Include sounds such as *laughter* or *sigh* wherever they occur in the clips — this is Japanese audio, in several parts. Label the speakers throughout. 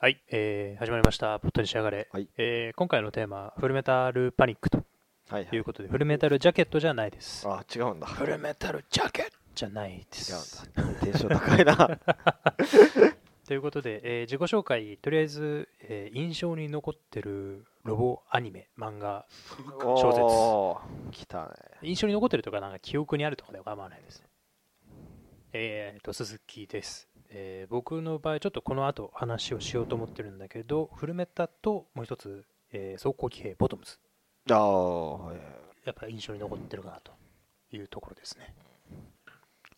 Speaker 1: はい、えー始まりました「ぽっとり仕上がれ」
Speaker 2: はい
Speaker 1: えー今回のテーマ「フルメタルパニック」と
Speaker 2: はいはい
Speaker 1: いうことでフルメタルジャケットじゃないです
Speaker 2: あ違うんだ *laughs*
Speaker 1: フルメタルジャケットじゃないで
Speaker 2: 違
Speaker 1: す
Speaker 2: うんだテンション高いな
Speaker 1: ということで、えー自己紹介とりあえず、えー印象に残ってるロボアニメ漫画 *laughs* 小説
Speaker 2: おー来たね
Speaker 1: 印象に残ってるとかなんか記憶にあるとかでは構わないですねえー、と鈴木です、えー僕の場合ちょっとこの後話をしようと思ってるんだけどフルメタともう一つ、えー、走行機兵ボトムズ
Speaker 2: ああはい
Speaker 1: やっぱり印象に残ってるかなというところですね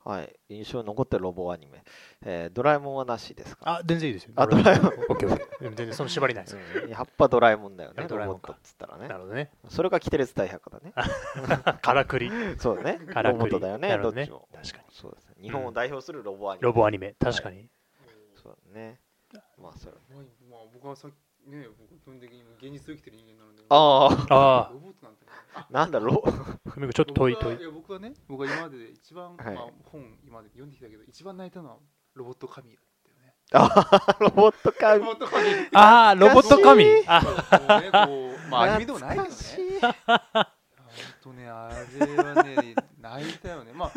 Speaker 2: はい、はい、印象に残ってるロボアニメ、えードラえもんはなしですか
Speaker 1: あ全然いいですよ
Speaker 2: あ
Speaker 1: 俺は
Speaker 2: ドラえもん
Speaker 1: *laughs* OK 全然その縛りないです、
Speaker 2: うんやっぱドラえもんだよ
Speaker 1: やっ
Speaker 2: ね
Speaker 1: ぱド
Speaker 2: ド
Speaker 1: ラ
Speaker 2: ラ
Speaker 1: え
Speaker 2: え
Speaker 1: も
Speaker 2: も
Speaker 1: ん
Speaker 2: ん
Speaker 1: か
Speaker 2: とっつったらね
Speaker 1: なるほどね
Speaker 2: それがキテレツ大百科だね
Speaker 1: からくり
Speaker 2: そうだね
Speaker 1: から
Speaker 2: ロボ
Speaker 1: く
Speaker 2: ッ
Speaker 1: り
Speaker 2: トだよね
Speaker 1: なるほ
Speaker 2: どっ
Speaker 1: どね
Speaker 2: ちも
Speaker 1: 確かに
Speaker 2: そうですね日本を代表するロボアニメ、
Speaker 1: ロボアニメ確かに、
Speaker 2: そうだねまあそれ
Speaker 3: まあ、まあ、僕はさっきね、僕基本的に現実を生きてる人間なので。
Speaker 2: あ
Speaker 1: あ
Speaker 3: ロボットなんてね。あ
Speaker 2: あなんだろう
Speaker 1: あふみくんちょっと遠い
Speaker 3: 僕
Speaker 1: 遠
Speaker 3: はいいや、僕はね、僕は今までで一番、
Speaker 2: はい
Speaker 3: まあ、本、今まで読んできたけど、一番泣いたのはロボット神だよね。
Speaker 2: *laughs* ロボットか
Speaker 3: ロボット神。
Speaker 1: ああロボット神
Speaker 2: 懐
Speaker 1: あ
Speaker 3: こうね、こう、まあ、アニメでもない
Speaker 2: 懐
Speaker 3: けどね
Speaker 2: か。しい
Speaker 3: 本当ね、あれはね、泣いたよね。まあ、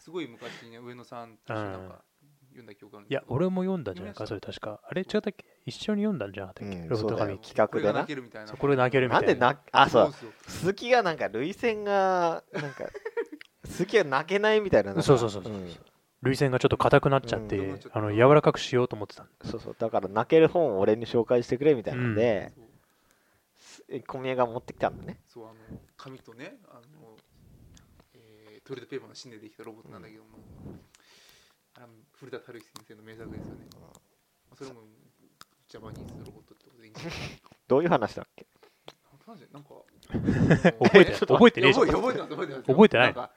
Speaker 3: すごい昔にね、上野さんと一緒になんか、読んだ記憶があるん
Speaker 1: い
Speaker 3: です
Speaker 1: や
Speaker 3: けど。
Speaker 1: 俺も読んだんじゃないかそれ確かあれ違ったっけ一緒に読んだんじゃなかったっけ、
Speaker 2: うん
Speaker 1: ロボッ
Speaker 2: そう
Speaker 1: ト
Speaker 2: だ
Speaker 1: 神
Speaker 2: よ
Speaker 3: もう
Speaker 2: 企画でな
Speaker 3: これが泣けるみたいな。
Speaker 1: そうこれ泣けるみた
Speaker 2: ないん
Speaker 1: な
Speaker 2: でなあ
Speaker 3: そ
Speaker 2: そうう
Speaker 3: ですよ。
Speaker 2: 鈴木がなんか涙腺がなんか鈴木が泣けないみたいななんか
Speaker 1: そうそうそうそう
Speaker 2: うん
Speaker 1: 涙腺がちょっと硬くなっちゃって、
Speaker 3: うん
Speaker 1: あの柔らかくしようと思ってたん
Speaker 2: *laughs*
Speaker 1: だ
Speaker 2: そうそうだから泣ける本を俺に紹介してくれみたいなので、
Speaker 3: そう
Speaker 2: す小宮が持ってきたんだね
Speaker 3: そうあの紙とねあの、えー、トイレットペーパーの芯でできたロボットなんだけども、あれも古田垂之先生の名作ですよね、まあ、それもジャパニーズロボットってことでいいんじゃない
Speaker 2: どういう話だっけ
Speaker 3: なんかなんか
Speaker 1: *laughs* 覚えてない
Speaker 2: *laughs* ちょっと
Speaker 1: 覚えてねえじゃ
Speaker 3: 覚
Speaker 1: ん
Speaker 3: え覚えてます覚えてます
Speaker 1: 覚えてない
Speaker 3: んか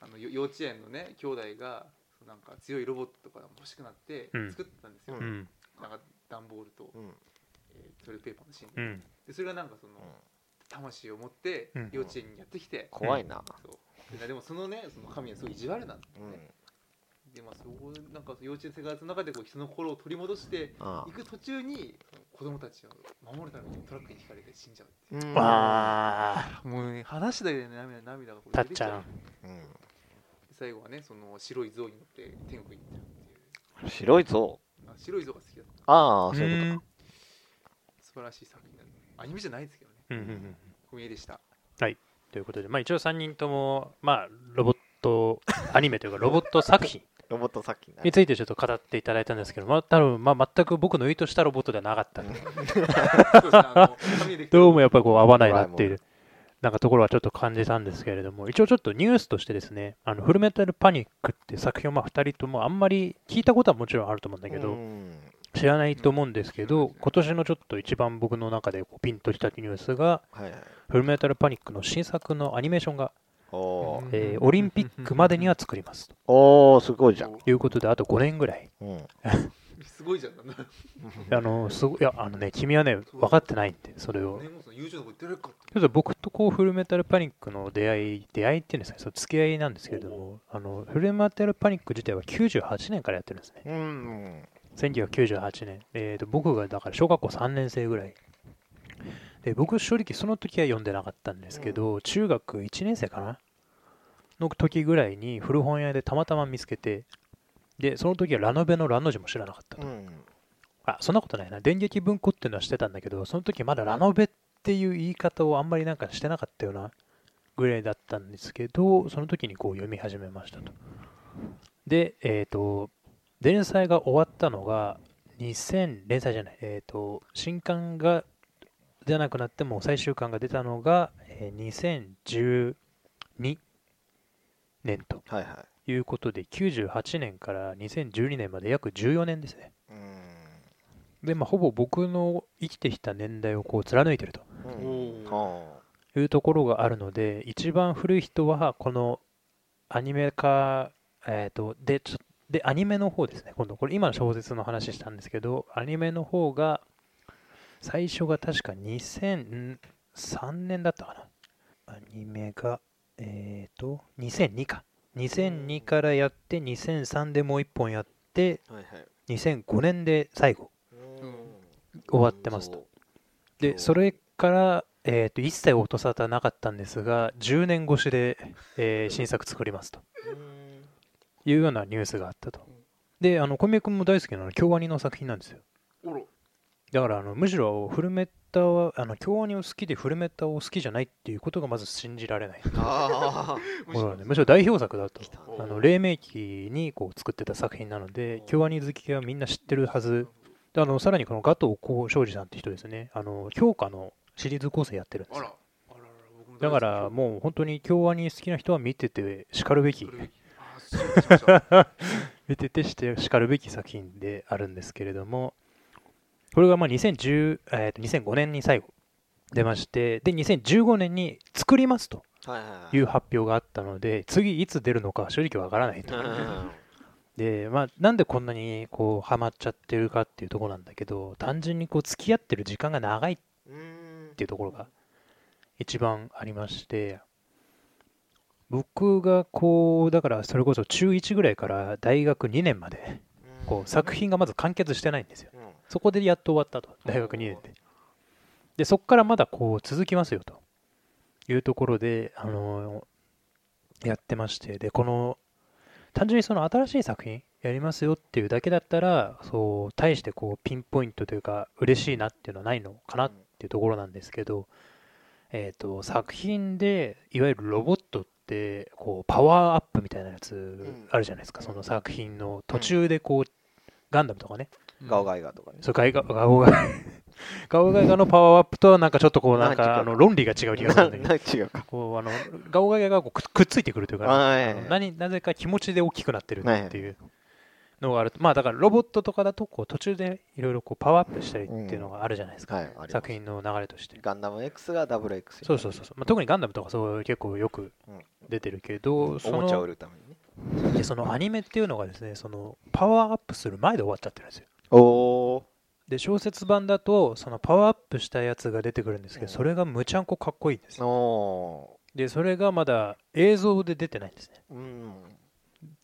Speaker 3: あのよ幼稚園のね兄弟がなんか強いロボットが欲しくなって
Speaker 1: うん
Speaker 3: 作ったんですよ、
Speaker 1: うん
Speaker 3: なんか段ボールと、
Speaker 2: うん
Speaker 3: えートイレットペーパーの芯で,、
Speaker 1: うん
Speaker 3: でそれがなんかその、魂を持って
Speaker 1: うん
Speaker 3: 幼稚園にやってきて、
Speaker 2: 怖いな、
Speaker 3: そうででもそのねその神はすごい意地悪なんだ
Speaker 2: う
Speaker 3: よ
Speaker 2: ん
Speaker 3: ね、でまあそこなんか幼稚園生活の中でこう人の心を取り戻して
Speaker 2: あ
Speaker 3: 行く途中に子供たちを守るためにトラックにひかれて死んじゃうってい
Speaker 2: うん
Speaker 1: あ
Speaker 3: うもうね話だけで涙涙がこう
Speaker 1: たっちゃん
Speaker 3: 出て
Speaker 2: うん
Speaker 3: きて最後はねその白い象に乗って天国に行っちゃうっていう
Speaker 2: 白いぞ
Speaker 3: あ白い象が好きだった
Speaker 2: あ
Speaker 1: う
Speaker 2: あそういうこ
Speaker 1: ん
Speaker 3: 素晴らしい作品だったアニメじゃないですけどね
Speaker 1: うんうんうん
Speaker 3: 小宮でした
Speaker 1: ということで、まあ、一応3人とも、まあ、ロボットアニメというかロボット作品
Speaker 2: とロボット作品だ
Speaker 1: に
Speaker 2: ね
Speaker 1: ついてちょっと語っていただいたんですけど、まあ、多分、まあ、全く僕の意図したロボットではなかったんで
Speaker 3: そうですねあの紙で
Speaker 1: *laughs*
Speaker 3: できた
Speaker 1: どうもやっぱりこう合わないなってい
Speaker 2: ドラえも
Speaker 1: う、なんかところはちょっと感じたんですけれども、一応ちょっとニュースとしてですね、あのフルメタルパニックって作品をまあ2人ともあんまり聞いたことはもちろんあると思うんだけ
Speaker 2: う
Speaker 1: ど、
Speaker 2: ん
Speaker 1: 知らないと思うんですけ
Speaker 3: うん
Speaker 1: ど、
Speaker 3: そうですね
Speaker 1: 今年のちょっと一番僕の中でこうピンときたニュースが、
Speaker 2: はいはい
Speaker 1: フルメタルパニックの新作のアニメーションが、
Speaker 2: おお
Speaker 3: うん
Speaker 1: えーオリンピックまでには作りますと
Speaker 2: おーすごいじゃん、
Speaker 1: いうことで、あと5年ぐらい。
Speaker 2: うん、
Speaker 3: すごいじゃんなんだ
Speaker 1: あの、すごい、いや、あのね、君はね、分かってないんで、それを
Speaker 3: ね。もうその友情のこと言ってるか
Speaker 1: ちょっと僕とこうフルメタルパニックの出会い、出会いっていうんですかね、その付き合いなんですけれども、あのフルメタルパニック自体は98年からやってるんですね。
Speaker 2: うん、
Speaker 1: 1998年。えー、と僕がだから小学校3年生ぐらい。で僕、正直その時は読んでなかったんですけど、中学1年生かなの時ぐらいに古本屋でたまたま見つけて、で、その時はラノベのラの字も知らなかったと。
Speaker 2: うん、
Speaker 1: あ、そんなことないな。電撃文庫っていうのはしてたんだけど、その時まだラノベっていう言い方をあんまりなんかしてなかったようなぐらいだったんですけど、その時にこう読み始めましたと。で、えっ、と、連載が終わったのが、2000、連載じゃない、えっ、と、新刊が、じゃなくなってもう最終巻が出たのが、えー2012年と
Speaker 2: はいは
Speaker 1: いうことで、98年から2012年まで約14年ですね。
Speaker 2: い
Speaker 1: で、まあ、ほぼ僕の生きてきた年代をこう貫いてると
Speaker 2: うん
Speaker 3: おー
Speaker 2: あ
Speaker 1: いうところがあるので一番古い人はこのアニメ化、えー、とでちょでアニメの方ですね今度これ今の小説の話したんですけどアニメの方が最初が確か2003年だったかなアニメがえっ、と2002か2002からやって2003でもう一本やって
Speaker 2: ーはいはい
Speaker 1: 2005年で最後
Speaker 2: うん
Speaker 1: 終わってますと。で、それから、えー、と一切音沙汰なかったんですが、10年越しで、えー新作作りますと
Speaker 2: そううん
Speaker 1: いうようなニュースがあったと
Speaker 3: うん。
Speaker 1: で、あの小宮君も大好きなの京アニの作品なんですよ。
Speaker 3: おろ
Speaker 1: だからあのむしろフルメッタはあの京アニを好きでフルメッタを好きじゃないっていうことがまず信じられない
Speaker 2: あ
Speaker 1: ことなんで *laughs* むしろ代表作だと
Speaker 2: ー来た
Speaker 3: お
Speaker 1: あの黎明期にこう作ってた作品なので京アニ好きはみんな知ってるはずであのさらにこのガトー庄司さんって人ですねあの評価のシリーズ構成やってるんで
Speaker 3: あ
Speaker 1: す
Speaker 3: らあら
Speaker 1: よ
Speaker 3: あら僕も
Speaker 1: だ
Speaker 3: 大好
Speaker 1: か
Speaker 3: き
Speaker 1: らもう本当に京アニ好きな人は見ててしかる
Speaker 3: *laughs*
Speaker 1: べき
Speaker 3: それあー失礼しました *laughs*
Speaker 1: 見ててしてしかるべき作品であるんですけれどもこれがまあ2010、えーと2005年に最後出ましてで2015年に作りますと
Speaker 2: はいはいはい
Speaker 1: いう発表があったので次いつ出るのか正直わからないと
Speaker 2: うん
Speaker 1: で、まあ、なんでこんなにこうハマっちゃってるかっていうところなんだけど単純にこう付き合ってる時間が長いっ
Speaker 2: うん
Speaker 1: ていうところが一番ありまして僕がこうだからそれこそ中1ぐらいから大学2年までこう作品がまず完結してないんですよ。
Speaker 2: うん
Speaker 1: そこでやっと終わったと、大学2年で。で、そこからまだこう続きますよというところで、あのーやってまして、で、この、単純にその新しい作品やりますよっていうだけだったら、そう、大してこうピンポイントというか、嬉しいなっていうのはないのかなっていうところなんですけど、えっ、と、作品で、いわゆるロボットって、こう、パワーアップみたいなやつ
Speaker 2: ん
Speaker 1: あるじゃないですか、その作品の途中でこう、ガンダムとかね、
Speaker 2: ガオガイガとかね
Speaker 1: そうガイガガオ *laughs* ガイガオガイガのパワーアップとはなんかちょっとこうなん
Speaker 2: なんか違
Speaker 1: か
Speaker 2: う
Speaker 1: あの論理が違う気がするんだけど
Speaker 2: な違うか
Speaker 1: こうあのガオガイガがこうくっくっついてくるというか
Speaker 2: あはい
Speaker 1: あの何なぜか気持ちで大きくなってるっていうのがあるとまあだからロボットとかだとこう途中でいろいろこうパワーアップしたりっていうのがあるじゃないですか、
Speaker 2: はいあります
Speaker 1: 作品の流れとして
Speaker 2: ガンダム X がダブル X
Speaker 1: そうそうそうそう、まあ、特にガンダムとかそう結構よく
Speaker 2: うん
Speaker 1: 出てるけど、そ
Speaker 2: おもちゃを
Speaker 1: の
Speaker 2: 売るためにね
Speaker 1: でそのアニメっていうのがですねそのパワーアップする前で終わっちゃってるんですよ
Speaker 2: おお
Speaker 1: で小説版だとそのパワーアップしたやつが出てくるんですけ
Speaker 2: うん
Speaker 1: どそれがむちゃんこかっこいいんですよ
Speaker 2: お
Speaker 1: でそれがまだ映像で出てないんですね
Speaker 2: ーうん
Speaker 1: っ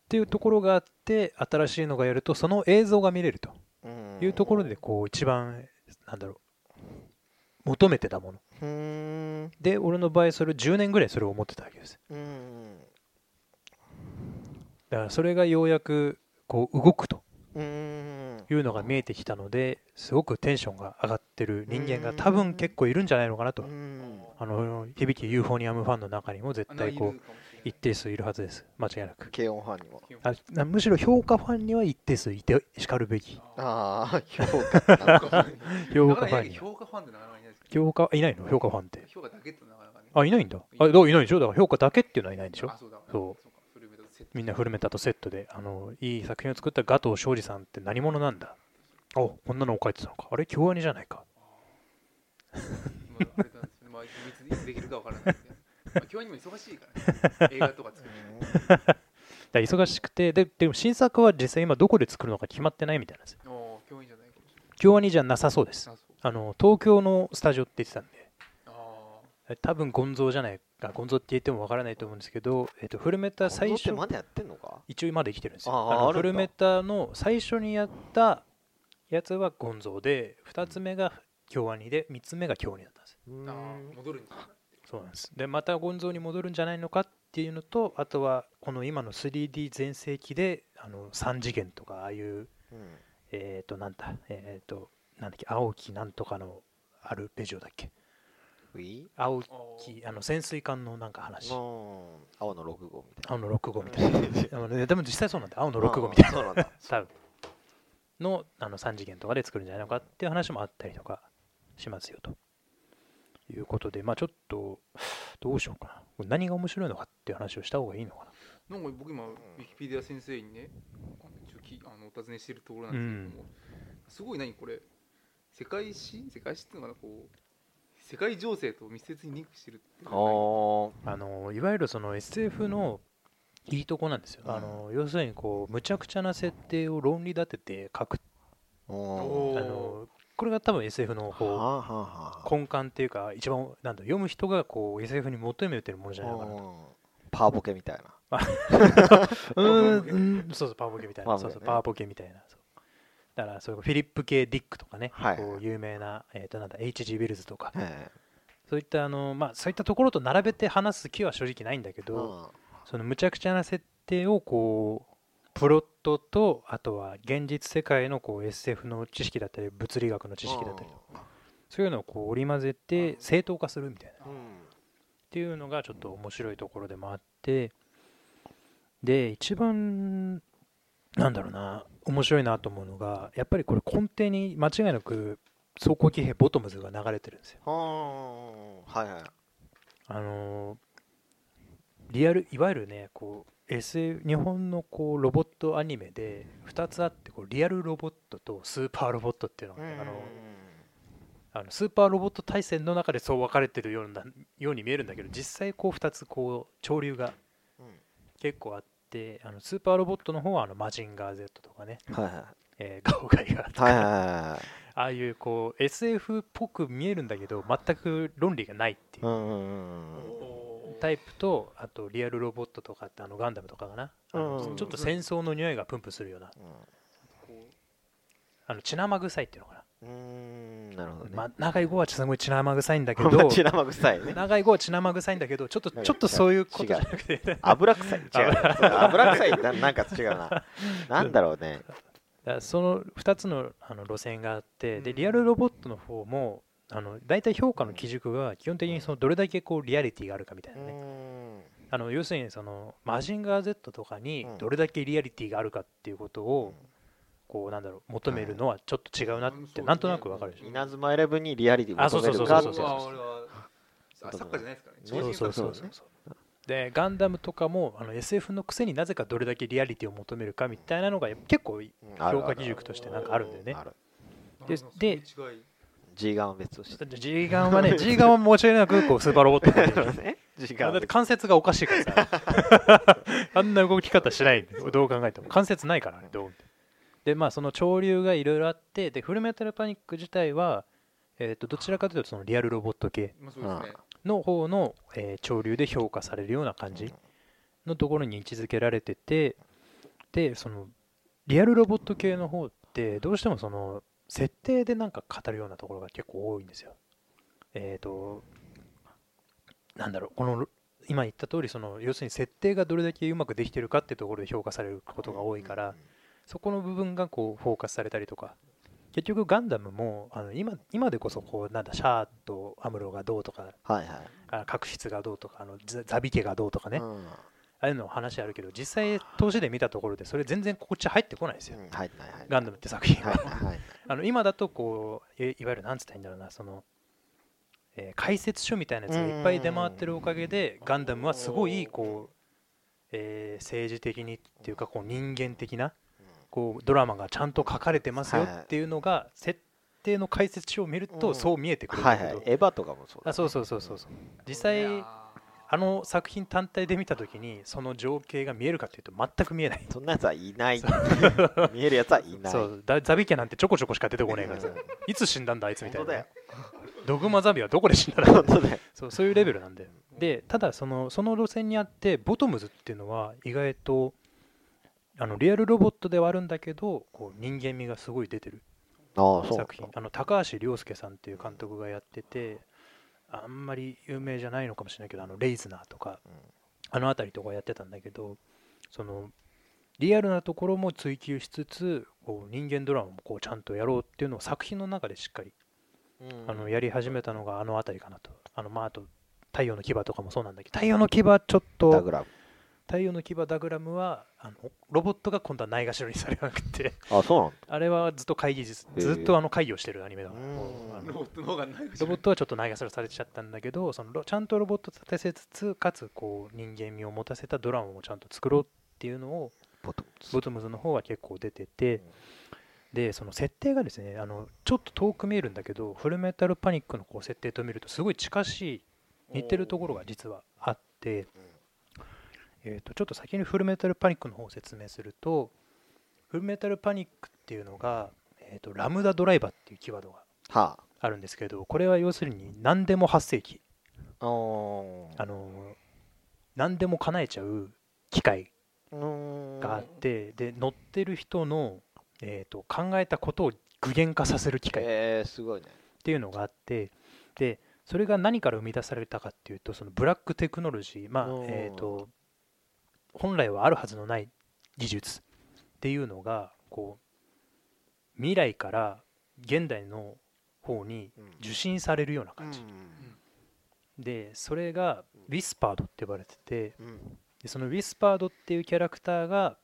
Speaker 1: ていうところがあって新しいのがやるとその映像が見れると
Speaker 2: うん
Speaker 1: いうところでこう一番なんだろう求めてたもの
Speaker 2: うーん
Speaker 1: で俺の場合それ10年ぐらいそれを思ってたわけです
Speaker 2: うん
Speaker 1: だからそれがようやくこう動くと
Speaker 2: うん
Speaker 1: いうのが見えてきたのですごくテンションが上がってる人間が多分結構いるんじゃないのかなと
Speaker 2: うん
Speaker 1: あの響きユーフォニアムファンの中にも絶対こう一定数いるはずです間違いなく
Speaker 2: 軽音ファンにも
Speaker 1: あなむしろ評価ファンには一定数いてしかるべき
Speaker 2: ああ評価
Speaker 3: 評価ファン
Speaker 1: 評価ファンには
Speaker 3: 評価ファンってなかなかいないですけ
Speaker 1: 評価いないの評価ファンって
Speaker 3: ど評価だけってなかなかね
Speaker 1: あいないんだあどういないでしょだから評価だけっていうのはいないんでしょ
Speaker 3: あそうだ
Speaker 1: そう
Speaker 3: かフルメタルセット
Speaker 1: みんなフルメタとセットであのいい作品を作ったガトー庄司さんって何者なんだあこんなのを書いてたのかあれ京アニじゃないか
Speaker 3: まああれなんですよねまあいついつできるかわからないですけどまあ今日にも忙しいからね映画とか作る
Speaker 1: だから忙しくてででも新作は実際今どこで作るのか決まってないみたいなんですよ
Speaker 3: のおー今日いいんじゃないかもしれない
Speaker 1: 京アニじゃなさそうです
Speaker 3: あそう
Speaker 1: あの東京のスタジオって言ってたんで
Speaker 3: あー
Speaker 1: 多分ゴンゾーじゃないかゴンゾーって言ってもわからないと思うんですけど、えっとフルメタ最
Speaker 2: 最初
Speaker 1: 初
Speaker 2: まだやってんのか
Speaker 1: 一応まで生きてるんですよ
Speaker 2: ああ
Speaker 1: の
Speaker 2: ある
Speaker 1: フ
Speaker 2: んだ
Speaker 1: ルメタの最初にやったやつはゴンゾーで2つ目が京アニで3つ目が京アニだったんです
Speaker 2: う
Speaker 3: あー戻るんじゃない
Speaker 1: そうなんですでまたゴンゾーに戻るんじゃないのかっていうのとあとはこの今の 3D 全盛期であの3次元とかああいう
Speaker 2: うん
Speaker 1: えっ、となんだえっ、となんだっけ青木なんとかのアルペジオだっけ
Speaker 2: ウィ
Speaker 1: 青
Speaker 3: あー
Speaker 1: 木あの潜水艦のなんか話
Speaker 2: の青の6号みたい
Speaker 1: 青
Speaker 2: な
Speaker 1: の6号みたいなあのねでも実際そうなんだ青の6号みたいな
Speaker 2: なそうなんだ
Speaker 1: 多分のあの3次元とかで作るんじゃないのかっていう話もあったりとかしますよということでまあちょっとどうしようかなこれ何が面白いのかっていう話をした方がいいのか
Speaker 3: なんか僕今、ウィキペディア先生にね、あのちょっときあのお尋ねしてるところなんですけども、すごい何これ、世界史世界史っていうのかな、こう、世界情勢と密接にリンクしてるっていう
Speaker 2: あ
Speaker 3: の
Speaker 2: ー
Speaker 1: なあのいわゆるその SF のいいとこなんですよ、
Speaker 2: うん
Speaker 1: あの要するにこうむちゃくちゃな設定を論理立てて書く
Speaker 2: おー
Speaker 1: あ
Speaker 3: おー
Speaker 1: のこれが多分 SF の
Speaker 2: は
Speaker 1: こう
Speaker 2: あはあはあ
Speaker 1: 根幹っていうか一番なんだ読む人がこう SF に求めてるものじゃないのかなと
Speaker 2: うんパワーボケみたい
Speaker 1: う
Speaker 2: な
Speaker 1: ーん、うんそうそう、パワーボケみたい
Speaker 2: パ
Speaker 1: な。
Speaker 2: ワー
Speaker 1: そうそ
Speaker 2: ボケね
Speaker 1: う、パワーボケみたいな。そうだからそういうフィリップ・K ・ディックとかね、
Speaker 2: はい
Speaker 1: こう有名な、えー、となんだ H.G. ビルズとか、
Speaker 2: え
Speaker 1: そういったあの、まあ、そういったところと並べて話す気は正直ないんだけ
Speaker 2: え
Speaker 1: ど、そのむちゃくちゃな設定をこうプロットとあとは現実世界のこう SF の知識だったり物理学の知識だったりそういうのをこう織り交ぜて正当化するみたいなっ
Speaker 2: うん
Speaker 1: ていうのがちょっと面白いところでもあってで一番なんだろうな面白いなと思うのがやっぱりこれ根底に間違いなく走行騎兵ボトムズが流れてるんですよ。
Speaker 2: うんはいはい
Speaker 1: あのーリアルいわゆるねこう SF 日本のこうロボットアニメで2つあってこうリアルロボットとスーパーロボットっていうのがね、あのあのスーパーロボット対戦の中でそう分かれてるようなように見えるんだけど実際こう2つこう潮流が
Speaker 2: うん
Speaker 1: 結構あってあのスーパーロボットの方はあのマジンガー Z とかね、
Speaker 2: はいは
Speaker 1: えーガオガイガーと
Speaker 2: い
Speaker 1: か、
Speaker 2: はいはい
Speaker 1: あ
Speaker 2: は
Speaker 1: あいうこう SF っぽく見えるんだけど全く論理がないっていう
Speaker 2: いうんうんうん
Speaker 1: タイプとあとリアルロボットとかってあのガンダムとかかなあの
Speaker 2: うん
Speaker 1: ちょっと戦争の匂いがプンプンするような
Speaker 3: こう
Speaker 1: あの血生臭いっていうのか
Speaker 2: うんうんなるほど
Speaker 1: な、
Speaker 2: ね
Speaker 1: まあ、長い語はすごい血生臭いんだけ
Speaker 2: *laughs* まあ
Speaker 1: ど
Speaker 2: 血生臭いね
Speaker 1: 長い語は血生臭いんだけどちょっと
Speaker 2: なんか
Speaker 1: ちょっとそういうこと
Speaker 2: 違う
Speaker 1: じゃなくて
Speaker 2: 油臭い違う油臭いななんか違う
Speaker 1: *laughs*
Speaker 2: ななんだろうね
Speaker 1: だからその2つのあの路線があって
Speaker 3: う
Speaker 1: で
Speaker 3: ん
Speaker 1: リアルロボットの方もあの大体評価の基軸が基本的にそのどれだけこうリアリティがあるかみたいうなね
Speaker 2: ん
Speaker 1: あの要するにそのマジンガー Z とかに
Speaker 2: うん
Speaker 1: どれだけリアリティがあるかっていうことをこうなんだろう求めるのはちょっと違うなっ
Speaker 3: うん
Speaker 1: て
Speaker 3: そう
Speaker 1: なんとなくわかるでしょ
Speaker 2: 稲妻イレブンにリアリティを求める
Speaker 1: そう
Speaker 2: か
Speaker 1: そうそう
Speaker 3: あ俺はあサッカーじゃないですからね
Speaker 2: そう
Speaker 1: そうそうそう
Speaker 2: そ
Speaker 1: そううでガンダムとかもあの SF のくせになぜかどれだけリアリティを求めるかみたいなのが結構評価基準
Speaker 3: 軸
Speaker 1: としてなんかあるんだよね
Speaker 2: ある
Speaker 1: で
Speaker 3: で違い
Speaker 2: G ガンは別として
Speaker 1: G ガンはね G ガンは申し訳なくこうスーパーロボットなんだよね
Speaker 2: *laughs* G ガ
Speaker 1: だ
Speaker 2: ンは
Speaker 1: って
Speaker 2: 別
Speaker 1: 関節がおかしいからさ *laughs* あんな動き方しないんだよどう考えても関節ないからねどう見てもでまあその潮流がいろいろあってでフルメタルパニック自体はえーとどちらかというとそのリアルロボット系
Speaker 3: まあそうですね
Speaker 1: の方の、えー潮流で評価されるような感じのところに位置づけられててでそのリアルロボット系の方ってどうしてもその設定でなんか語るようなところが結構多いんですよ。えっ、となんだろうこの今言った通りその要するに設定がどれだけうまくできてるかってところで評価されることが多いからそこの部分がこうフォーカスされたりとか結局ガンダムもあの今今でこそこうなんだシャーとアムロがどうとか
Speaker 2: はいはい
Speaker 1: あ角質がどうとかあのザザビ家がどうとかね、
Speaker 2: う
Speaker 1: あ
Speaker 2: ん
Speaker 1: あいうの話あるけど実際投資で見たところでそれ全然こっち入ってこないですよ、
Speaker 2: うん入ってない入ってな
Speaker 1: ガンダムって作品
Speaker 2: い
Speaker 1: は、
Speaker 2: はいはいはい
Speaker 1: あの今だとこういいわゆるなんつったらいいんだろうなその、えー解説書みたいなやつがいっぱい出回ってるおかげでガンダムはすごいこう、えー政治的にっていうかこう人間的なこうドラマがちゃんと書かれてますよっていうのが設定の解説書を見る
Speaker 2: う
Speaker 1: と
Speaker 2: ん
Speaker 1: そう見えてくるん
Speaker 2: は
Speaker 1: だ
Speaker 2: い
Speaker 1: けど、
Speaker 2: はいエヴァとかもそうだ
Speaker 1: あそうそうそうそうそう実
Speaker 3: い
Speaker 1: 際
Speaker 3: やー
Speaker 1: あの作品単体で見た時にその情景が見えるかというと全く見えない
Speaker 2: そんなやつはいない *laughs* 見えるやつはいない
Speaker 1: そうだザビ家なんてちょこちょこしか出てこねえからさ
Speaker 2: うん
Speaker 1: いつ死んだんだあいつみ
Speaker 2: 本
Speaker 1: たい
Speaker 2: 当
Speaker 1: な
Speaker 2: だ
Speaker 1: ね
Speaker 2: よ
Speaker 1: ドグマザビはどこで死んだ
Speaker 2: 本
Speaker 1: の *laughs*
Speaker 2: 当だよ
Speaker 1: そうそういうレベルなんででただそのその路線にあってボトムズっていうのは意外とあのリアルロボットではあるんだけどこう人間味がすごい出てる
Speaker 2: ああそう
Speaker 1: 作品あの高橋涼介さんっていう監督がやっててあんまり有名じゃないのかもしれないけどあのレイズナーとか
Speaker 2: うん
Speaker 1: あの辺りとかやってたんだけどそのリアルなところも追求しつつこう人間ドラマもこうちゃんとやろうっていうのを作品の中でしっかりあのやり始めたのがあの辺りかなとあのまああと「太陽の牙」とかもそうなんだけど「太陽の牙」ちょっ
Speaker 2: ダ
Speaker 1: と
Speaker 2: グラム
Speaker 1: 「太陽の牙ダグラムは」あのロボットが今度はないがしろにされなくて *laughs*
Speaker 2: あそうなんだ
Speaker 1: あれはずっと会議術
Speaker 2: へえ
Speaker 1: ずっとあの会議をしてるアニメだから
Speaker 2: うん
Speaker 1: もうあの
Speaker 3: ロボットの方がない
Speaker 1: ロボットはちょっとないがしろされちゃったんだけどそのロちゃんとロボット立てせつつかつこう人間味を持たせたドラマもちゃんと作ろうっていうのを
Speaker 2: ボトム
Speaker 1: ボトムズの方は結構出ててでその設定がですねあのちょっと遠く見えるんだけどフルメタルパニックのこう設定と見るとすごい近しい似てるところが実はあって、えー、とちょっと先にフルメタルパニックの方を説明するとフルメタルパニックっていうのが、えー、とラムダドライバーっていうキーワードが
Speaker 2: は
Speaker 1: あるんですけどこれは要するに何でも発生器
Speaker 2: あお
Speaker 1: あの何でも叶えちゃう機械
Speaker 2: の
Speaker 1: があってで乗ってる人のえー、と考えたことを具現化させる機械っ
Speaker 2: えー、すごいね。
Speaker 1: ていうのがあってでそれが何から生み出されたかっていうとそのブラックテクノロジー、まあ
Speaker 2: おー
Speaker 1: えー、と本来はあるはずのない技術っていうのがこう未来から現代の方に
Speaker 2: うん
Speaker 1: 受信されるような
Speaker 2: うん
Speaker 1: 感じ、でそれがウィスパードって呼ばれてて
Speaker 2: うん
Speaker 1: でそのウィスパードっていうキャラクターが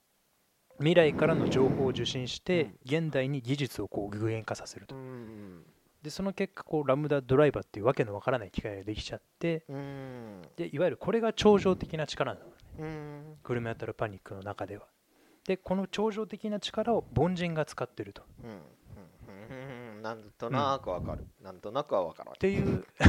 Speaker 1: 未来からの情報を受信して現代に技術をこう具現化させる
Speaker 2: う
Speaker 1: と
Speaker 2: ん
Speaker 1: でその結果こうラムダドライバーっていうわけのわからない機械ができちゃって
Speaker 2: うん
Speaker 1: でいわゆるこれが超常的な力なのね
Speaker 2: うん
Speaker 1: グルメアタルパニックの中ではでこの超常的な力を凡人が使ってるとっ
Speaker 2: うんうんうんなんとなくわかる、なんとなくはわから
Speaker 1: ていう
Speaker 2: *laughs*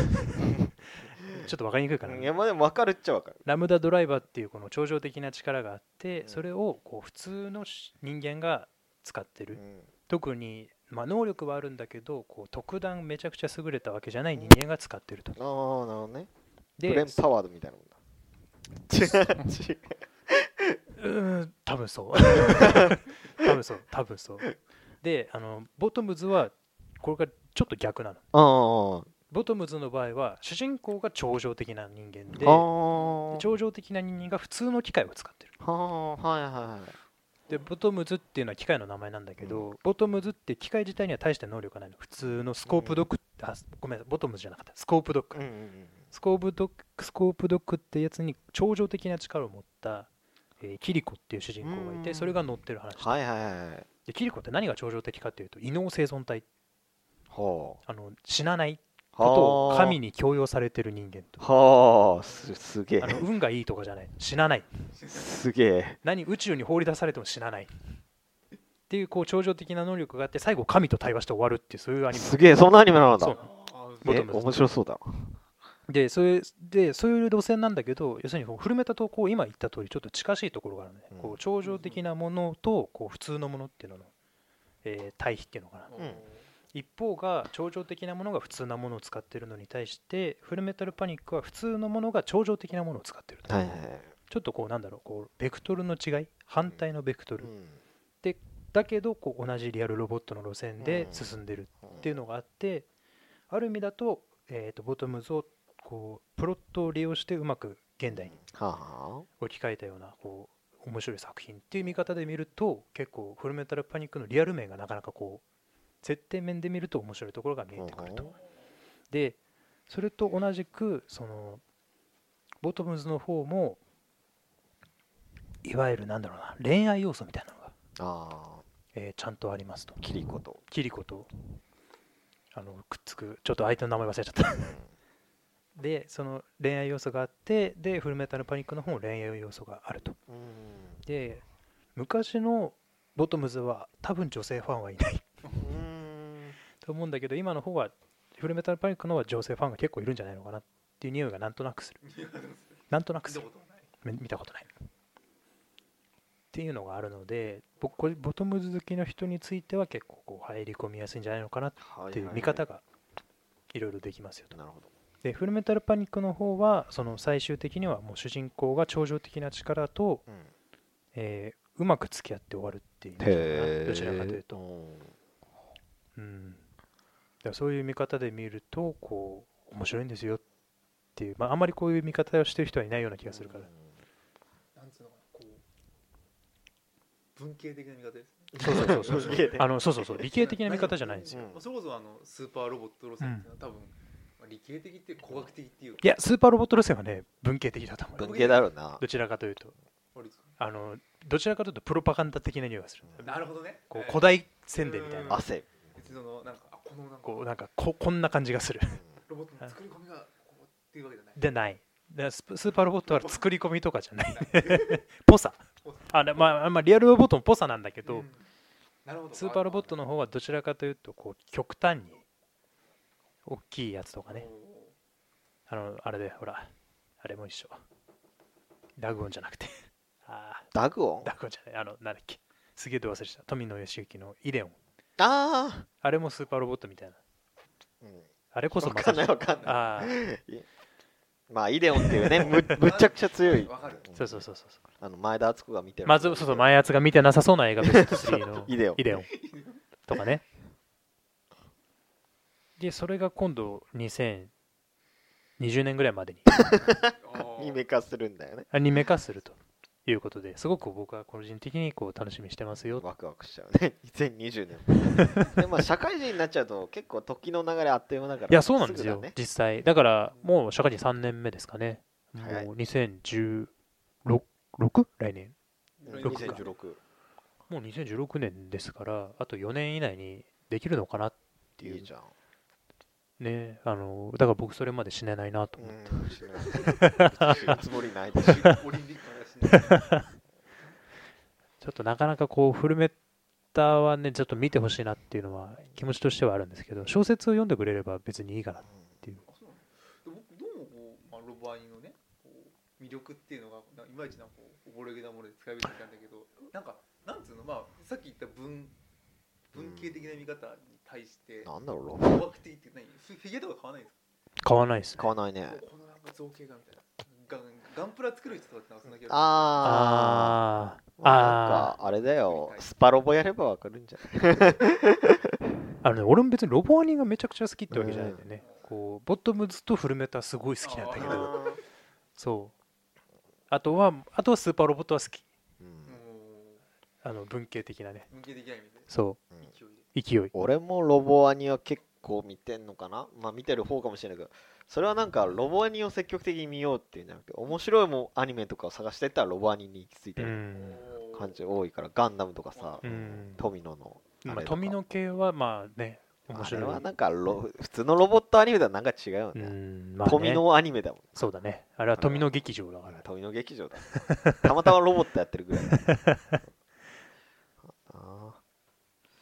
Speaker 1: ちょっとわかりにくいかな
Speaker 2: ないいやまあでもわかるっちゃわかる
Speaker 1: ラムダドライバーっていうこの超常的な力があって
Speaker 2: うん
Speaker 1: それをこう普通のし人間が使って
Speaker 2: う
Speaker 1: る
Speaker 2: ん
Speaker 1: 特に、まあ、能力はあるんだけどこう特段めちゃくちゃ優れたわけじゃない人間が使ってると
Speaker 2: ああなるほどねブレ
Speaker 1: で
Speaker 2: ンパワードみたいなもんだ違う
Speaker 1: *laughs*
Speaker 2: 違う
Speaker 1: うーん多分そう
Speaker 2: *laughs*
Speaker 1: 多分そう多分そうであのボトムズはこれがちょっと逆なの
Speaker 2: ああ
Speaker 1: ボトムズの場合は主人公が超常的な人間で
Speaker 2: ああ
Speaker 1: 超常的な人間が普通の機械を使ってる
Speaker 2: はあはいはいはい
Speaker 1: でボトムズっていうのは機械の名前なんだけど、ボトムズって機械自体には大した能力がないの普通のスコープドック、あごめんなさいボトムズじゃなかったスコープドック、
Speaker 2: うんうん
Speaker 1: スコープドックスコープドックってやつに超常的な力を持った、えーキリコっていう主人公がいて
Speaker 2: うん
Speaker 1: それが乗ってる話
Speaker 2: はいはいはいはい
Speaker 1: でキリコって何が超常的かっていうと異能生存体
Speaker 2: は
Speaker 1: あの死なない
Speaker 2: あ
Speaker 1: ことを
Speaker 2: はあ
Speaker 1: 神に強要されてる人間と
Speaker 2: はあすすげえ
Speaker 1: あの運がいいとかじゃない死なない
Speaker 2: すげえ
Speaker 1: 何宇宙に放り出されても死なないっていうこう超常的な能力があって最後神と対話して終わるっていうそういうアニメ
Speaker 2: すげえそんなアニメなん
Speaker 1: そう
Speaker 2: だ
Speaker 3: あ
Speaker 1: ボ
Speaker 2: え
Speaker 1: トムズ
Speaker 2: 面白そうだ
Speaker 1: でそういうでそういう路線なんだけど要するにこう古めたとこう今言った通りちょっと近しいところがあるね、
Speaker 2: うん
Speaker 1: こう超常的なものとこう普通のものっていうのの、えー対比っていうのかな
Speaker 3: うん
Speaker 2: うん
Speaker 1: 一方が超常的なものが普通なものを使ってるのに対してフルメタルパニックは普通のものが超常的なものを使ってると、
Speaker 2: なはいはいはい
Speaker 1: ちょっとこうなんだろうこうベクトルの違い反対のベクトル、
Speaker 2: うん
Speaker 1: だけどこう同じリアルロボットの路線で
Speaker 2: うん
Speaker 1: 進んでる
Speaker 2: っ
Speaker 1: っていうのがあってある意味だと,、えー、とボトムズをこうプロットを利用してうまく現代に
Speaker 2: は
Speaker 1: 置き換えたようなこう面白い作品っていう見方で見ると結構フルメタルパニックのリアル面がなかなかこう接点面で見ると面白いところが見えてくる
Speaker 2: うんうん
Speaker 1: と。でそれと同じくそのボトムズの方もいわゆるなんだろうな恋愛要素みたいなのが、
Speaker 2: ああ
Speaker 1: えーちゃんとありますと
Speaker 2: あキリコと
Speaker 1: キリコとあのくっつくちょっと相手の名前忘れちゃった *laughs* でその恋愛要素があってでフルメタルパニックの方も恋愛要素があると
Speaker 2: うんうん
Speaker 1: で昔のボトムズは多分女性ファンはいない *laughs*
Speaker 2: うん
Speaker 1: と思うんだけど今の方はフルメタルパニックの方は女性ファンが結構いるんじゃないのかなっていう匂いがなんとなくする
Speaker 3: いやでも
Speaker 1: なんとなく
Speaker 3: 見
Speaker 1: す
Speaker 3: た
Speaker 1: る
Speaker 3: ことはない
Speaker 1: め見たことないっていうのがあるので僕これボトムズ好きの人については結構こう入り込みやすいんじゃないのかなっ
Speaker 2: は
Speaker 1: ていう見
Speaker 2: は
Speaker 1: 方がいろいろできますよと
Speaker 2: いなるほど
Speaker 1: でフルメタルパニックの方はその最終的にはもう主人公が超常的な力と、
Speaker 2: うんへ
Speaker 1: えーうまく付き合って終わるっていうイメージかな
Speaker 2: え
Speaker 1: どちらかというと
Speaker 2: と
Speaker 1: うん、だからそういう見方で見るとこう面白いんですよっていう、まあ、あんまりこういう見方をしてる人はいないような気がするから、
Speaker 3: なんつうのかなこう文系的な見方ですね
Speaker 1: そうそうそうそう
Speaker 2: 文系的
Speaker 1: あのそうそうそう理系的な見方じゃないんですよ
Speaker 2: よ
Speaker 3: まあそれこそあのスーパーロボット路線っていうのは多分まあ理系的っていうか工学的っていうか
Speaker 1: いやスーパーロボット路線はね文系的だと思う
Speaker 2: 文系だろうな
Speaker 1: どちらかというと
Speaker 3: 割と
Speaker 1: あのどちらかというとプロパガンダ的な匂いがする
Speaker 3: なるほどね
Speaker 1: こう
Speaker 3: えー
Speaker 1: 古代宣伝みたいな
Speaker 2: 汗
Speaker 3: 別にそのなんかあこのなんか
Speaker 1: こうなんかここんな感じがする
Speaker 3: ロボットの作り込みがこうっていうわけじゃない
Speaker 1: でないでスプスーパーロボットは作り込みとかじゃないぽさあでまあ、まあ、リアルロボットもぽさなんだけど、
Speaker 3: うんなるほど
Speaker 1: スーパーロボットの方はどちらかというとこう極端に大きいやつとかねあ
Speaker 3: お
Speaker 1: のあれでほらあれも一緒ラグオンじゃなくてあ
Speaker 2: ダ
Speaker 1: *laughs*
Speaker 2: グオン
Speaker 1: ーラグオンじゃないあのなんだっけすげえど忘れした富野義行のイデオン
Speaker 2: あ
Speaker 1: あれもスーパーロボットみたいな
Speaker 2: あ
Speaker 1: あれこそ
Speaker 2: わかんない
Speaker 1: あ
Speaker 2: わかんない
Speaker 1: あー
Speaker 2: いまあイデオンっていうねむむっちゃくちゃ強い
Speaker 3: わかる
Speaker 1: そうそうそうそうそ
Speaker 2: あの前田敦子が見て
Speaker 1: う
Speaker 2: る
Speaker 1: まずそうそう前やつが見てなさそうな映画ベスト3の
Speaker 2: *laughs* イデオン
Speaker 1: イデオンとかねでそれが今度2020年ぐらい
Speaker 2: *laughs*
Speaker 1: までに
Speaker 2: アニメ化するんだよね
Speaker 1: アニメ化するということですごく僕は個人的にこう楽しみにしてますよ
Speaker 2: ワクワクしちゃうね *laughs* 2020年
Speaker 1: *laughs*
Speaker 2: でまあ社会人になっちゃうと結構時の流れあっという間だから
Speaker 1: いやそうなんです
Speaker 2: ぐ
Speaker 1: よ
Speaker 2: だね
Speaker 1: 実際だからもう社会人3年目ですかねも
Speaker 2: はいう
Speaker 1: 2016来年六か
Speaker 2: 2016
Speaker 1: もう2016年ですからあと4年以内にできるのかなっていう
Speaker 2: いいじゃん
Speaker 1: ねあのだから僕それまで死ねないなと思って、
Speaker 2: うんしない打つつもりないです
Speaker 3: オリンピックの話ね
Speaker 1: ちょっとなかなかこうフルメッタはねちょっと見てほしいなっていうのは気持ちとしてはあるんですけど小説を読んでくれれば別にいいかなっていう
Speaker 3: あそうなんだで僕どうもこう、まあ、ロボアニのねこう魅力っていうのがないまいちなんかこうおぼろげなもので使い分けてたんだけどなんかなんつうのまあさっき言った文文系的な見方に対して
Speaker 2: なんだろうロボ
Speaker 3: 怖くていいって何フィフィギュアとか買わないんです
Speaker 1: 買わないですね
Speaker 2: 買わないね
Speaker 3: かこのなんか造形がみたいなガンガンプラ作る人とかってなんかそんな気が
Speaker 2: あ
Speaker 1: あ
Speaker 2: ー
Speaker 1: ー
Speaker 2: まあなん
Speaker 1: あ
Speaker 2: かあれだよスパロボやればわかるんじゃない
Speaker 1: ーあのね俺も別にロボアニがめちゃくちゃ好きってわけじゃないんだよね、こうボトムズとフルメタすごい好きなんだけ
Speaker 3: あ
Speaker 1: ど
Speaker 3: ー
Speaker 1: そうあとはあとはスーパーロボットは好き
Speaker 2: う
Speaker 3: す
Speaker 2: ん
Speaker 3: るも
Speaker 1: あの文系的なね
Speaker 3: う文系的な意味で
Speaker 1: そ
Speaker 2: うん
Speaker 3: 勢いで
Speaker 1: う勢い
Speaker 2: 俺もロボアニは結構見てんのかなまあ見てる方かもしれないけどそれはなんかロボアニを積極的に見ようっていうんじゃなくて面白いもんアニメとかを探してったらロボアニに行き着いうてる
Speaker 1: ん、
Speaker 3: おー
Speaker 2: 感じ多いからガンダムとかさ、
Speaker 1: うん
Speaker 2: トミノのあ
Speaker 1: まあ、
Speaker 2: れとか
Speaker 1: 富野系はまあね面
Speaker 2: あ
Speaker 1: 白
Speaker 2: れ
Speaker 1: い
Speaker 2: はなんかロ普通のロボットアニメとはなんか違うよ
Speaker 1: う
Speaker 2: ね、
Speaker 1: んまあね
Speaker 2: 富野アニメだもん
Speaker 1: そうだねあれは富野劇場だから
Speaker 2: 富野劇場だたまたまロボットやってるぐ
Speaker 1: *laughs*
Speaker 2: らいだあ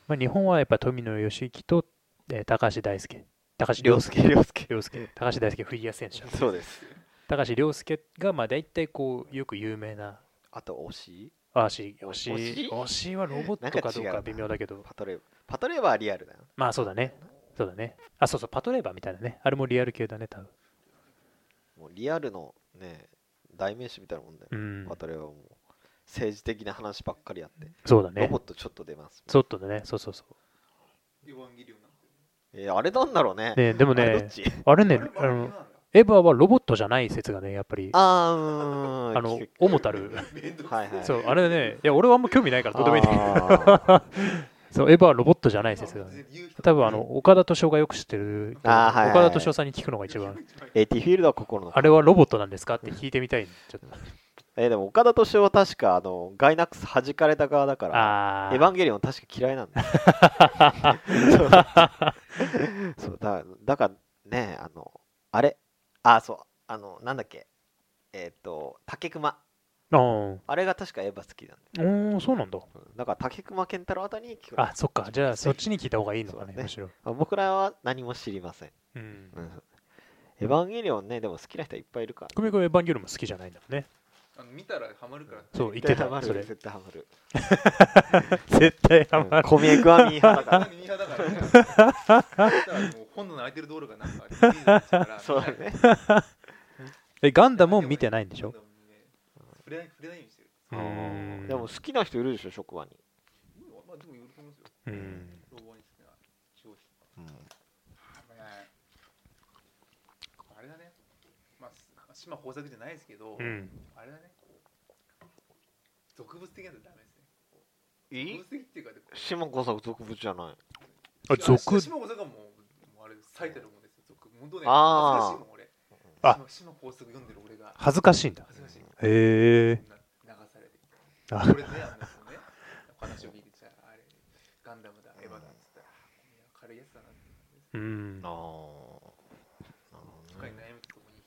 Speaker 1: まあ、日本はやっぱ富野義行と、えー高橋大輔高橋
Speaker 2: 涼
Speaker 1: 涼
Speaker 2: 介
Speaker 1: 介
Speaker 2: 涼介
Speaker 1: 涼介高橋大輔フィギュア選手
Speaker 2: ーそうです
Speaker 1: 高橋涼介がまあ大体こうよく有名な
Speaker 2: あと推し
Speaker 1: あし推し
Speaker 2: 推し
Speaker 1: 推しはロボットかどう
Speaker 2: なんか違うな
Speaker 1: か微妙だけど
Speaker 2: パトレーバーパトレーバーはリアルだよ
Speaker 1: まあそうだねそうだねあそうそうパトレーバーみたいなねあれもリアル系だね多分
Speaker 2: もうリアルのね代名詞みたいなもんだよ、
Speaker 1: うん
Speaker 2: パトレーバーはもう政治的な話ばっかりやって、
Speaker 1: そうだ
Speaker 2: ロ
Speaker 1: ね
Speaker 2: ボットちょっと出ます
Speaker 1: ちょっとねそうそうそ
Speaker 3: エヴァンゲリオンなんて
Speaker 2: えーあれなんだろうね
Speaker 1: うねでも
Speaker 2: あれど
Speaker 1: ね
Speaker 2: っち
Speaker 1: あれね
Speaker 3: あれ
Speaker 1: あ
Speaker 3: エヴァンゲ
Speaker 1: の
Speaker 3: リオンなんだ
Speaker 1: エヴァはロボットじゃない説がねやっぱりあ
Speaker 2: あーうーん
Speaker 1: の
Speaker 2: 聞く
Speaker 1: 主たる
Speaker 3: めんどく
Speaker 2: はい
Speaker 3: さ
Speaker 2: はいい
Speaker 1: そうあれねいや俺はあんま興味ないからどうでもいいんだけど
Speaker 2: あ
Speaker 1: そうエヴァはロボットじゃない説がね
Speaker 3: 言う人
Speaker 1: 多分あの岡田敏夫がよく知ってる
Speaker 2: あーはいはいはい
Speaker 1: 岡田敏夫さんに聞くのが一番
Speaker 2: ー AT フィールドは心の
Speaker 1: あれはロボットなんですかって聞いてみたいちょっと
Speaker 2: えーでも岡田敏夫は確かあのガイナックス弾かれた側だから
Speaker 1: あ
Speaker 2: エヴ
Speaker 1: ー
Speaker 2: ァンゲリオン確か嫌いなん
Speaker 1: *laughs*
Speaker 2: だよそうそうだだからねあのあれあそうあのなんだっけえっ、と竹熊
Speaker 1: あー
Speaker 2: あれが確かエヴァ好きなんだ
Speaker 1: おーそうなんだ
Speaker 2: よだから竹熊健太郎あたりに聞く
Speaker 1: あそっかじゃあそっちに聞いた方がいいの
Speaker 2: そ
Speaker 1: か
Speaker 2: うだ
Speaker 1: ね
Speaker 2: ね
Speaker 1: むしろ
Speaker 2: あ僕らは何も知りません、
Speaker 1: うん
Speaker 2: うんエヴァンゲリオンねでも好きな人はいっぱいいるから
Speaker 1: 久美子エヴァンゲリオンも好きじゃないんだもんね
Speaker 3: *laughs* あの見たらハマるからって
Speaker 1: そう言って
Speaker 2: 絶対ハマ
Speaker 1: たそ
Speaker 2: る
Speaker 1: れ
Speaker 2: 絶対ハマる
Speaker 1: 絶対ハ
Speaker 2: う
Speaker 1: マ
Speaker 2: ん
Speaker 1: る
Speaker 2: コミエクはミーハーだから
Speaker 3: *laughs* ミーハーだからね。だからもう本の空いてる道路がなんかリリースだから。
Speaker 2: そうだね
Speaker 1: えガンダムを見てないんでしょ
Speaker 3: ガンダムね触れない触れないようにしてる。
Speaker 1: う
Speaker 2: うん
Speaker 1: ん
Speaker 2: でも好きな人いるでしょ職場に、
Speaker 3: まあでも喜びますよ。
Speaker 1: うん
Speaker 3: ロボアニ好きな上司。あれだね。まあ島豊作じゃないですけど、
Speaker 1: うん
Speaker 3: あれだね。俗物的なやつダメですね。
Speaker 2: え
Speaker 3: 俗物的っていうかでこう
Speaker 2: 島耕作俗物じゃない
Speaker 1: あ
Speaker 3: 島
Speaker 1: 俗
Speaker 3: 島豊作はもうもうあれ最たるもんですよ。俗本当ね。
Speaker 2: あー
Speaker 3: 恥ずかしいもん俺。
Speaker 1: あ
Speaker 3: 島島豊作読んでる俺が
Speaker 1: 恥ずかしいんだ
Speaker 3: 恥ずかしい。
Speaker 1: へえ
Speaker 3: 流されて
Speaker 1: あ
Speaker 3: これねあのね話を聞いてじゃああれガンダムだエヴァだっつったらいや軽いやつだなって
Speaker 1: うん
Speaker 2: ああ
Speaker 3: 深い悩みとともに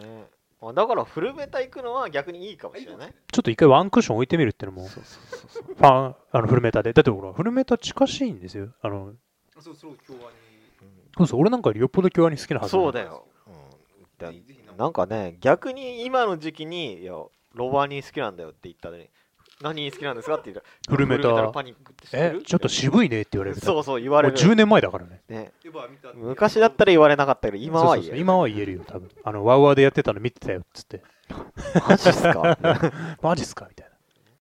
Speaker 3: 生きて
Speaker 2: ねあだから古めた行くのは逆にいいかもしれない
Speaker 1: ちょっと一回ワンクッション置いてみるってのもフ
Speaker 2: うそうそうそう
Speaker 1: ァンあのフルメタでだってほらフルメタ近しいんですよあの
Speaker 3: るそうそう今日はに
Speaker 1: そうそう俺なんかよりよっぽど京アニ好きなはずなの
Speaker 2: そうだよ、うん
Speaker 3: ぜひぜひ
Speaker 2: だなんかね逆に今の時期に「いやロバーニー好きなんだよ」って言ったのに何好きなんですかって言ったら
Speaker 1: 古め
Speaker 2: 古
Speaker 1: た
Speaker 2: パニックって知って
Speaker 1: え
Speaker 2: る
Speaker 1: ちょっと渋いねって言われる
Speaker 2: そううそう言われ
Speaker 1: もう10
Speaker 2: る、
Speaker 1: 年前だからね
Speaker 2: ね、
Speaker 3: エヴァ見たって
Speaker 2: 昔だったら言われなかったけど今
Speaker 1: そう
Speaker 2: は
Speaker 1: そうそう
Speaker 2: 言える
Speaker 1: 今は言えるよ多分あのワウワウでやってたの見てたよっつって
Speaker 2: マジっすか
Speaker 1: マジっすかみたい